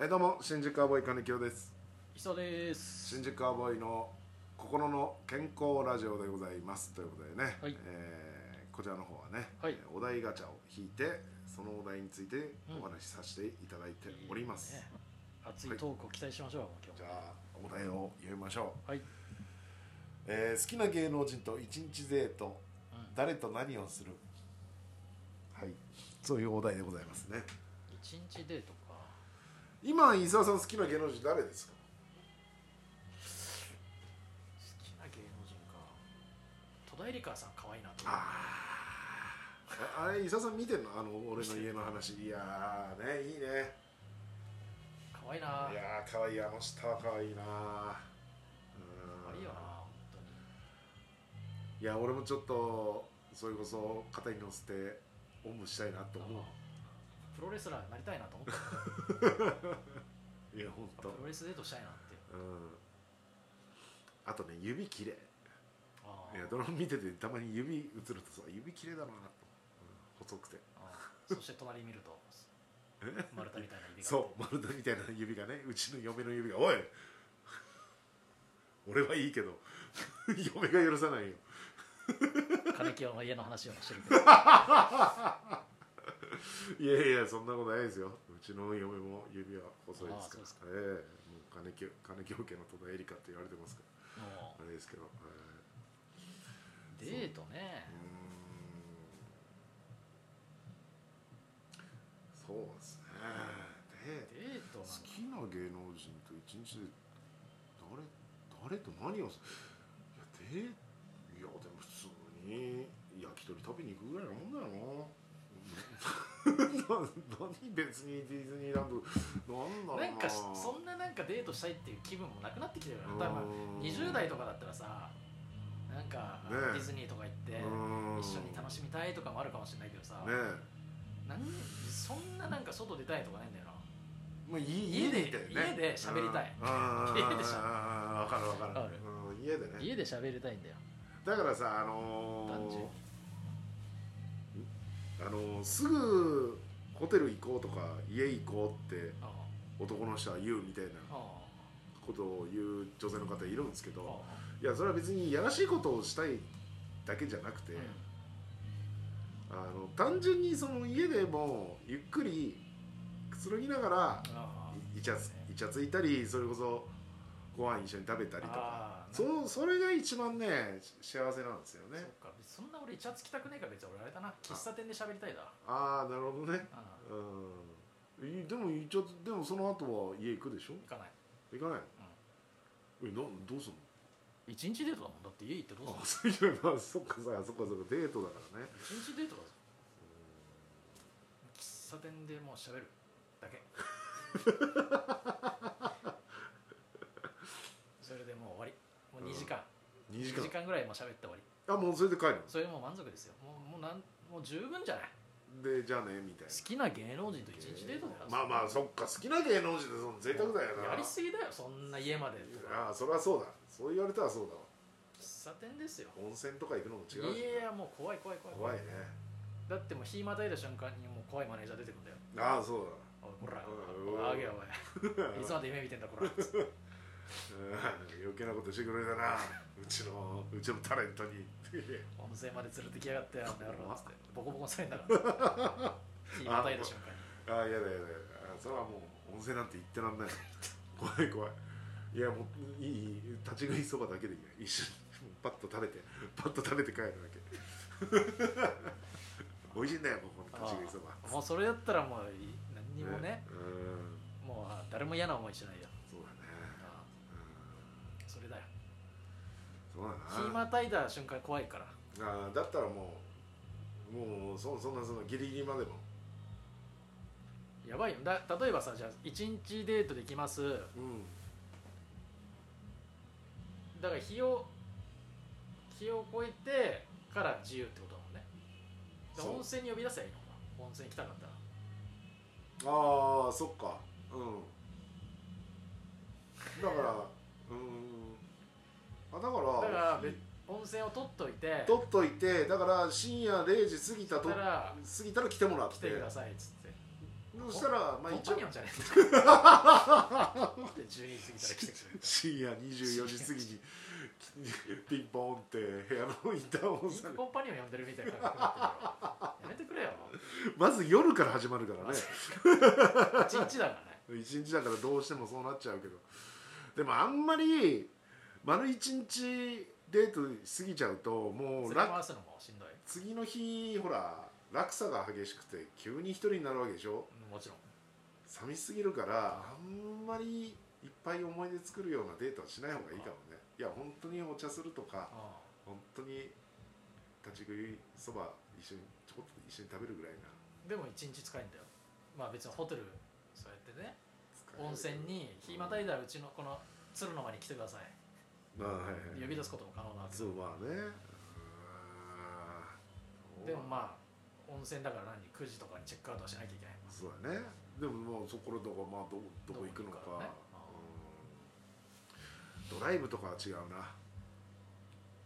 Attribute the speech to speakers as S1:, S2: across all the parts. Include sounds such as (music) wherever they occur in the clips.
S1: えどうも新宿アボーイ金城です
S2: 磯です
S1: 新宿アボーイの心の健康ラジオでございますということでね、
S2: はい
S1: えーこちらの方はね、
S2: はい
S1: お題ガチャを引いてそのお題についてお話しさせていただいております、
S2: いいね熱いトークを期待しましょう、今日
S1: じゃあお題を読みましょう、
S2: はい、
S1: えー好きな芸能人と一日デート
S2: うん
S1: 誰と何をするはいそういうお題でございますね
S2: 一日デートか
S1: 今伊沢さん好きな芸能人誰ですか
S2: 好きな芸能人か戸田恵梨香さん可愛いなと
S1: ああれ伊沢さん見てんのあの俺の家の話いやーねいいね
S2: 可愛いない
S1: やーかわいいあの下はかわいいな
S2: 可
S1: うん
S2: 愛いよな本当に
S1: いや俺もちょっとそれこそ肩に乗せておんぶしたいなと思
S2: プロレスラーになりたいなと
S1: (laughs)
S2: 思った
S1: ういや本
S2: プ
S1: 当。
S2: ロレスデートしたいなって
S1: うんあとね指きれい
S2: あ
S1: いや
S2: ー
S1: ドラマ見ててたまに指映るとさ指きれいだなと、うん細くて
S2: あーそして隣見ると丸太みたいな指が
S1: そう丸太みたいな指がねうちの嫁の指が「おい (laughs) 俺はいいけど (laughs) 嫁が許さないよ
S2: 金木の家の話をして
S1: (laughs)
S2: るけど
S1: いやいやそんなことないですようちの嫁も指は細いですから
S2: ああそうですか
S1: ええもう金木金木家の戸田恵梨香って言われてますか
S2: も
S1: らあれですけど、え
S2: うデートね
S1: えうーんそうですねで
S2: デートな
S1: 好
S2: の
S1: きな芸能人と一日で誰誰と何をすいやでいやでも普通に焼き鳥食べに行くぐらいのもんだよなな何別にディズニーランドなんだろうな
S2: なんかしそんななんかデートしたいっていう気分もなくなってきてる
S1: う
S2: よね
S1: ん
S2: 多分20代とかだったらさなんか
S1: ねえ
S2: ディズニーとか行って
S1: うん
S2: 一緒に楽しみたいとかもあるかもしれないけどさ、
S1: ね
S2: なんそんななんか外出たいとかないんだよな
S1: まあ、家
S2: 家で
S1: で
S2: 家で喋りたい
S1: 家
S2: 家でしょ
S1: わかるわかる
S2: わかる
S1: うん家でね
S2: 家で喋りたいんだよ
S1: だからさあのー
S2: 単純に
S1: あのーすぐホテル行こうとか家行こうって
S2: あ
S1: 男の人は言うみたいな
S2: あ
S1: ことを言う女性の方いるんですけ
S2: あ
S1: ど
S2: あ
S1: いやそれは別にやらしいことをしたいだけじゃなくて、あの単純にその家でもゆっくりくつろぎながら
S2: あ
S1: いいちゃついちゃついたりそれこそご飯一緒に食べたりとか
S2: あ
S1: そ
S2: そう
S1: それが一番ねし幸せなんですよ
S2: そっ
S1: ね
S2: かそんな俺イチャつきたくねえから別に俺あれだな喫茶店で喋りたいだ
S1: ああなるほどね
S2: う
S1: う
S2: ん
S1: んいでも一応でもその後は家行くでしょ
S2: 行かない
S1: 行かない、えなどうすんの
S2: 一日デートだもんだって家行ってどう
S1: あそういえばそっかさそっかそっかデートだからね
S2: する一日デートだぞ喫茶店でもう喋る
S1: (laughs)
S2: だけそれでもう終わりもう2時間、
S1: 2
S2: 2
S1: 時
S2: 時
S1: 間
S2: 間ぐらいもう喋って終わり
S1: あもうそれで帰る
S2: それでもう満足ですよもうもうなんもう十分じゃない
S1: のでじゃあねみたいな
S2: 好きな芸能人と一日デートだよ
S1: まあまあそっか好きな芸能人ってその贅沢だよな
S2: やりすぎだよそんな家までとか
S1: ああそれはそうだそう言われたらそうだわ
S2: 喫茶店ですよ
S1: 温泉とか行くのも違うし
S2: いやもう怖い怖い怖
S1: 怖い
S2: い
S1: ね
S2: だってもう日またいだ瞬間にもう怖いマネージャー出てくんだよ
S1: ああそう
S2: おいこ
S1: う
S2: ら
S1: ん
S2: おいあげよ
S1: だ (laughs)
S2: おいいつまで夢見てんだこらつ
S1: う
S2: って
S1: ん余計なことしてくれたなうちのうちのタレントに
S2: 温泉まで連れてきやがってあの野郎っつってボコボコにされんだから日またいだ瞬間に
S1: ああやだやだやだあそれはもう温泉なんて行ってらんない (laughs) 怖い怖いいやもういいいい立ち食いそばだけでいいね一緒にパッと食べてパッと食べて帰るだけ (laughs) 美味しいんだよここの立ち食いそば
S2: もうそれだったらもうい何にもね
S1: うん
S2: もうあ誰も嫌な思いしないよ
S1: そうだね
S2: ああ
S1: うん
S2: それだよ
S1: そうだな
S2: 日またいだ瞬間怖いから
S1: あーだったらもうもうそそんなそのギリギリまでも
S2: やばいよだ例えばさじゃあ1日デートできます
S1: うん
S2: だから日を日を越えてから自由ってことだもんねだから
S1: そう
S2: 温泉に呼び出せばいいのか温泉行きたかったら
S1: ああそっかうんだからうんあだから
S2: だからべ温泉を取っといて
S1: 取っといてだから深夜0時過ぎたと
S2: た
S1: 過
S2: ら
S1: ぎたら来てもらって
S2: 来てくださいっつって
S1: だそしたらまあ
S2: コン
S1: 一
S2: パ
S1: 応
S2: ニオンじゃねえんだで12時過ぎたら来てくれる
S1: 深夜24時過ぎに (laughs) ピンポンって部屋のインターホン
S2: イン
S1: され
S2: ク
S1: る
S2: コンパニオン呼んでるみたいな感覚になってるよやめて
S1: まず夜から始まるからね
S2: くれよ一日だからね
S1: 一日だからどうしてもそうなっちゃうけどでもあんまり丸一日デート過ぎちゃうとも
S2: 連
S1: う
S2: れ
S1: 楽
S2: 回すのもしんどい
S1: 次の日ほら落差が激しくて急に一人になるわけでしょ
S2: うんもちろん
S1: 寂しすぎるからあんまりいっぱい思い出作るようなデートはしない方がいいかもねいや本当にお茶するとか
S2: う
S1: 本当に立ち食いそば一緒にちょこっと一緒に食べるぐらいなん
S2: でも一日使えんだよまあ別にホテルそうやってね
S1: 使える
S2: 温泉に日またいだらうちのこの鶴の間に来てください
S1: まあはいはい
S2: 呼び出すことも可能なわけ
S1: そうまあねうん
S2: でもまあ温泉だから何9時とかにチェックアウトはしなきゃいけない
S1: そうだねでももうそこらとかまあどどこ行くのか
S2: どこ行くかね
S1: うんドライブとかは違うな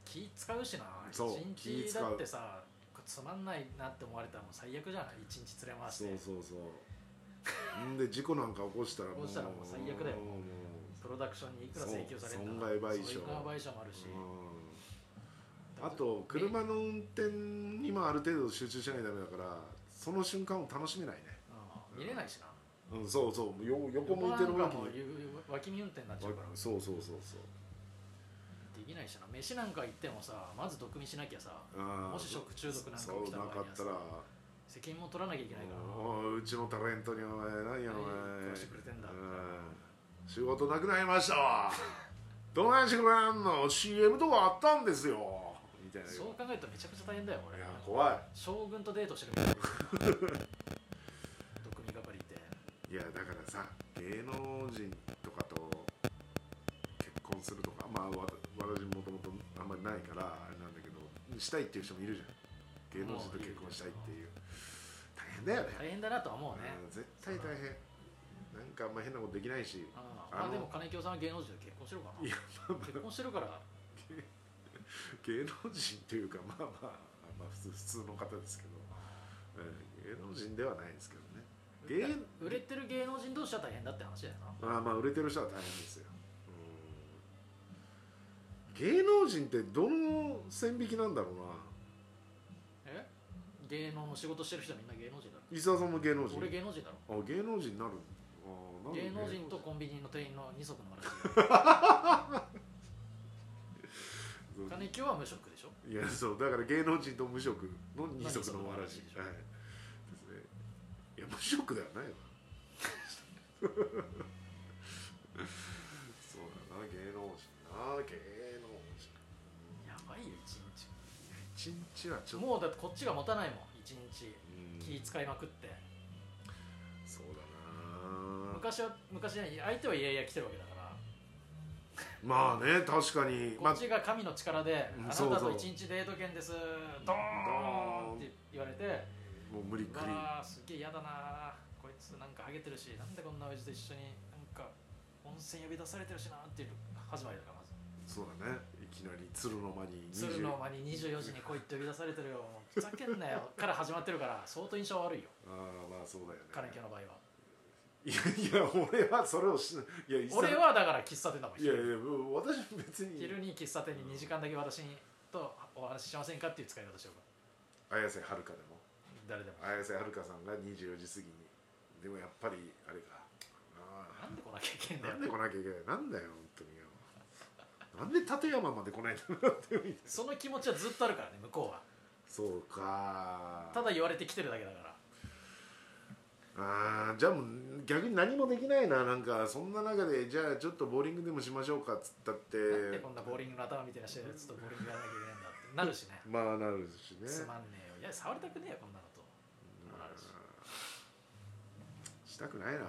S2: 気使うしな
S1: そう
S2: 一
S1: 気
S2: 日
S1: 使う
S2: だってさこれつまんないなって思われたらもう最悪じゃない一日連れ回し
S1: そう
S2: て
S1: そうそうで事故なんか起こしたら
S2: 起こしたらもう最悪だよ
S1: もうもう
S2: プロダクションにいくら請求さ
S1: そ
S2: れる
S1: う損害賠償
S2: 損害賠償もあるし
S1: うんあと車の運転にもある程度集中しないとダメだからその瞬間を楽しめないね、
S2: うん見れないしな
S1: うん、そうそうよ横向いてる
S2: 横な
S1: わ
S2: ん
S1: け
S2: かもう
S1: に
S2: 脇見運転になっちゃうから
S1: そうそうそうそう
S2: できないしな飯なんか行ってもさまず毒味しなきゃさ
S1: あー
S2: もし食中毒なんか
S1: そう
S2: 起きた
S1: な
S2: 場合に
S1: か
S2: は
S1: った
S2: さ
S1: ら
S2: 責任も取らなきゃいけないからな
S1: おいうちのタレントにお前何やお
S2: 何
S1: 前
S2: 殺してくれてんだ
S1: うん仕事なくなりましたわどないしてくれんの CM とかあったんですよみたいな
S2: そう考えるとめちゃくちゃ大変だよ俺
S1: いや怖い
S2: 将軍とデートしてるみたいな (laughs) 毒味係って
S1: いやだからさ芸能人とかと結婚するとかまあわ私もともとあんまりないからあれなんだけどしたいっていう人もいるじゃん芸能人と結婚したいっていう大変だよね
S2: 大変だなとは思うね
S1: うん絶対大変なんかあんま変なことできないし
S2: うん
S1: あ
S2: まあ
S1: の
S2: でも金京さんは芸能人と結婚してるか
S1: いや
S2: な結婚してるから
S1: 芸能人というかまあまあまあ普通普通の方ですけど、えー芸能人ではないですけどね芸
S2: 売れてる芸能人同士は大変だって話だよな
S1: まあまあ売れてる人は大変ですようん芸能人ってどの線引きなんだろうな
S2: え芸能の仕事してる人はみんな芸能人だろ
S1: 伊沢さんも芸能人
S2: 俺芸能人だろ
S1: あ芸能人になるあなんで
S2: 芸能人とコンビニの店員の二足の話
S1: (laughs) うん
S2: 金京は無職でしょ
S1: いやそうだから芸能人と無職の二足のわらじ
S2: 二足のわらじでしょ
S1: はいですねいや無職では
S2: (laughs)
S1: ないわそうだな芸能人な芸能人
S2: やばいよ一
S1: 一日はち
S2: 日
S1: ょっと
S2: もうだってこっちが持たないもん一日
S1: うん
S2: 気使いまくって
S1: そうだな
S2: 昔は昔は相手はイやいや来てるわけだから
S1: まあね確かに
S2: こ
S1: まあ
S2: っちが神の力で
S1: う
S2: 「あ
S1: ん
S2: なた
S1: そうそう
S2: と一日デート券ですドーン!」って言われて
S1: もう無理
S2: 「
S1: くり
S2: わあすげえ嫌だなこいつなんかハゲてるしなんでこんなおじと一緒になんか温泉呼び出されてるしな」っていう始まりだからまず
S1: そうだねいきなり鶴の間に20
S2: 鶴の間に24時に来いって呼び出されてるよもうふざけん
S1: (laughs)
S2: なよから始まってるから相当印象悪いよ
S1: ああまあそうだよね
S2: 金木の場合はい
S1: やいや俺はそれをしないやい
S2: 俺はだから喫茶店だもん
S1: いやいやもう私別に
S2: 昼に喫茶店に2時間だけ私にとお話ししませんかっていう使い方しようか
S1: 綾瀬はるかでも
S2: 誰でも
S1: 綾瀬はるかさんが24時過ぎにでもやっぱりあれか
S2: な
S1: あ
S2: んで来なきゃいけん
S1: あ
S2: だ
S1: な
S2: よ
S1: んで来なきゃいけないなんだよ本当によなんで立山まで来ないのだってみたいな
S2: その気持ちはずっとあるからね向こうは
S1: そうか
S2: ただ言われてきてるだけだから
S1: あーじゃあもう逆に何もできないななんかそんな中でじゃあちょっとボーリングでもしましょうかっつったって
S2: なんでこんなボーリングの頭みたいな人やつとボーリングやらなきゃいけないんだって
S1: (laughs)
S2: なるしね
S1: まあなるしね
S2: つまんねえよいや触りたくねえよこんなのと
S1: うんしたくないな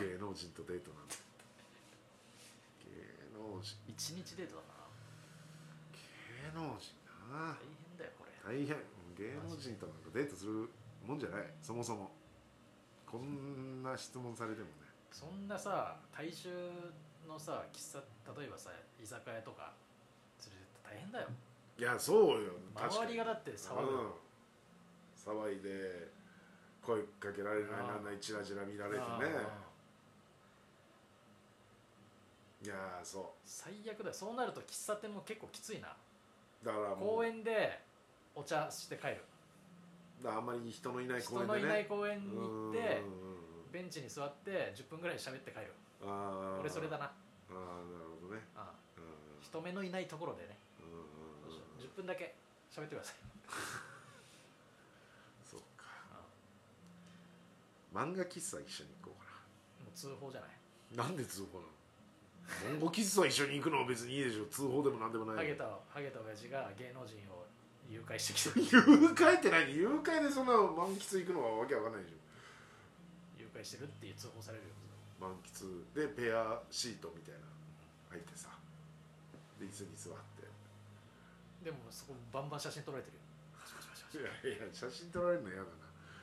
S1: 芸能人とデートなんて芸能人
S2: 一日デートだか
S1: 芸
S2: ら
S1: 能人な
S2: 大変だよこれ
S1: 大変芸能人となんかデートするもんじゃないそもそもこんな質問されてもね
S2: そんなさ大衆のさ喫茶例えばさ居酒屋とか連れてって大変だよ
S1: いやそうよ確か
S2: 周
S1: に
S2: りがだって騒ぐ
S1: うん騒いで声かけられない
S2: あー
S1: なんないチラチラ見られてね
S2: ああ
S1: いやーそ
S2: 最悪だよそうなると喫茶店も結構きついな
S1: うだからもう
S2: 公園でお茶して帰る
S1: だからあんまり人のいない公園
S2: 人
S1: で
S2: の
S1: ね
S2: いない公園に行っ
S1: う
S2: て
S1: んうん
S2: ベンチに座って10分ぐらい喋って帰る
S1: うんあー
S2: 俺それだな
S1: あーなるほどね
S2: ああ
S1: うん
S2: 人目のいないところでね
S1: うんうんうんうん
S2: 10分だけ喋ってください
S1: そっか
S2: あ
S1: 漫画喫茶一緒に行こう
S2: もう通報じゃない (laughs)
S1: かななんで通報なの漫画喫茶一緒に行くのは別にいいでしょ通報でもなんでもな
S2: ハ
S1: い
S2: ゲ
S1: よ
S2: たハゲた親父が芸能人を誘拐してき
S1: (laughs)
S2: て
S1: 誘拐って何誘拐でそんな満喫行くのはわけわかんないでしょ
S2: 誘拐してるっていう通報されるよ
S1: 満喫でペアシートみたいな空いてさで椅子に座って
S2: でもそこバンバン写真撮られて
S1: (laughs)
S2: るよ
S1: いやいや写真撮られるの嫌だな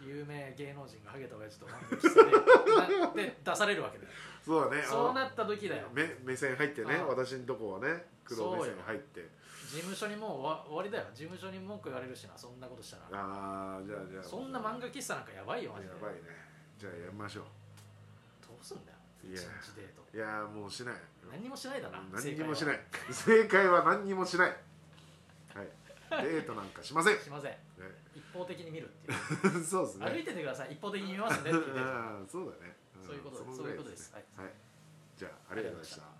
S2: 有名芸能人がハゲた親父と漫画喫茶でなで出されるわけだよ
S1: そうだね
S2: そうなった時だよ
S1: 目目線入ってね
S2: ああ
S1: 私のとこはね黒目線入って
S2: 事務所にもう終わ終わりだよ事務所に文句言われるしなそんなことしたら
S1: ああじゃあじゃあ
S2: そんな
S1: 画
S2: 漫画喫茶なんかやばいよマジ
S1: や
S2: で
S1: ばいねじゃあやめましょ
S2: どうすんだよ
S1: い
S2: 一
S1: や
S2: 日デート
S1: ういやーもうしない
S2: 何にもしないだな
S1: 何にもしないい正解は何にもしないはいデートなんかしません、ね、 (laughs)
S2: しません一方的に見るっていう
S1: そう (laughs) ですね
S2: 歩いててください一方的に見ますねっていうデート
S1: (laughs) うんそうだねん
S2: そういうことです
S1: の
S2: そう
S1: ぐ
S2: い
S1: ら
S2: うことです
S1: ねはい、じゃあありがとうございました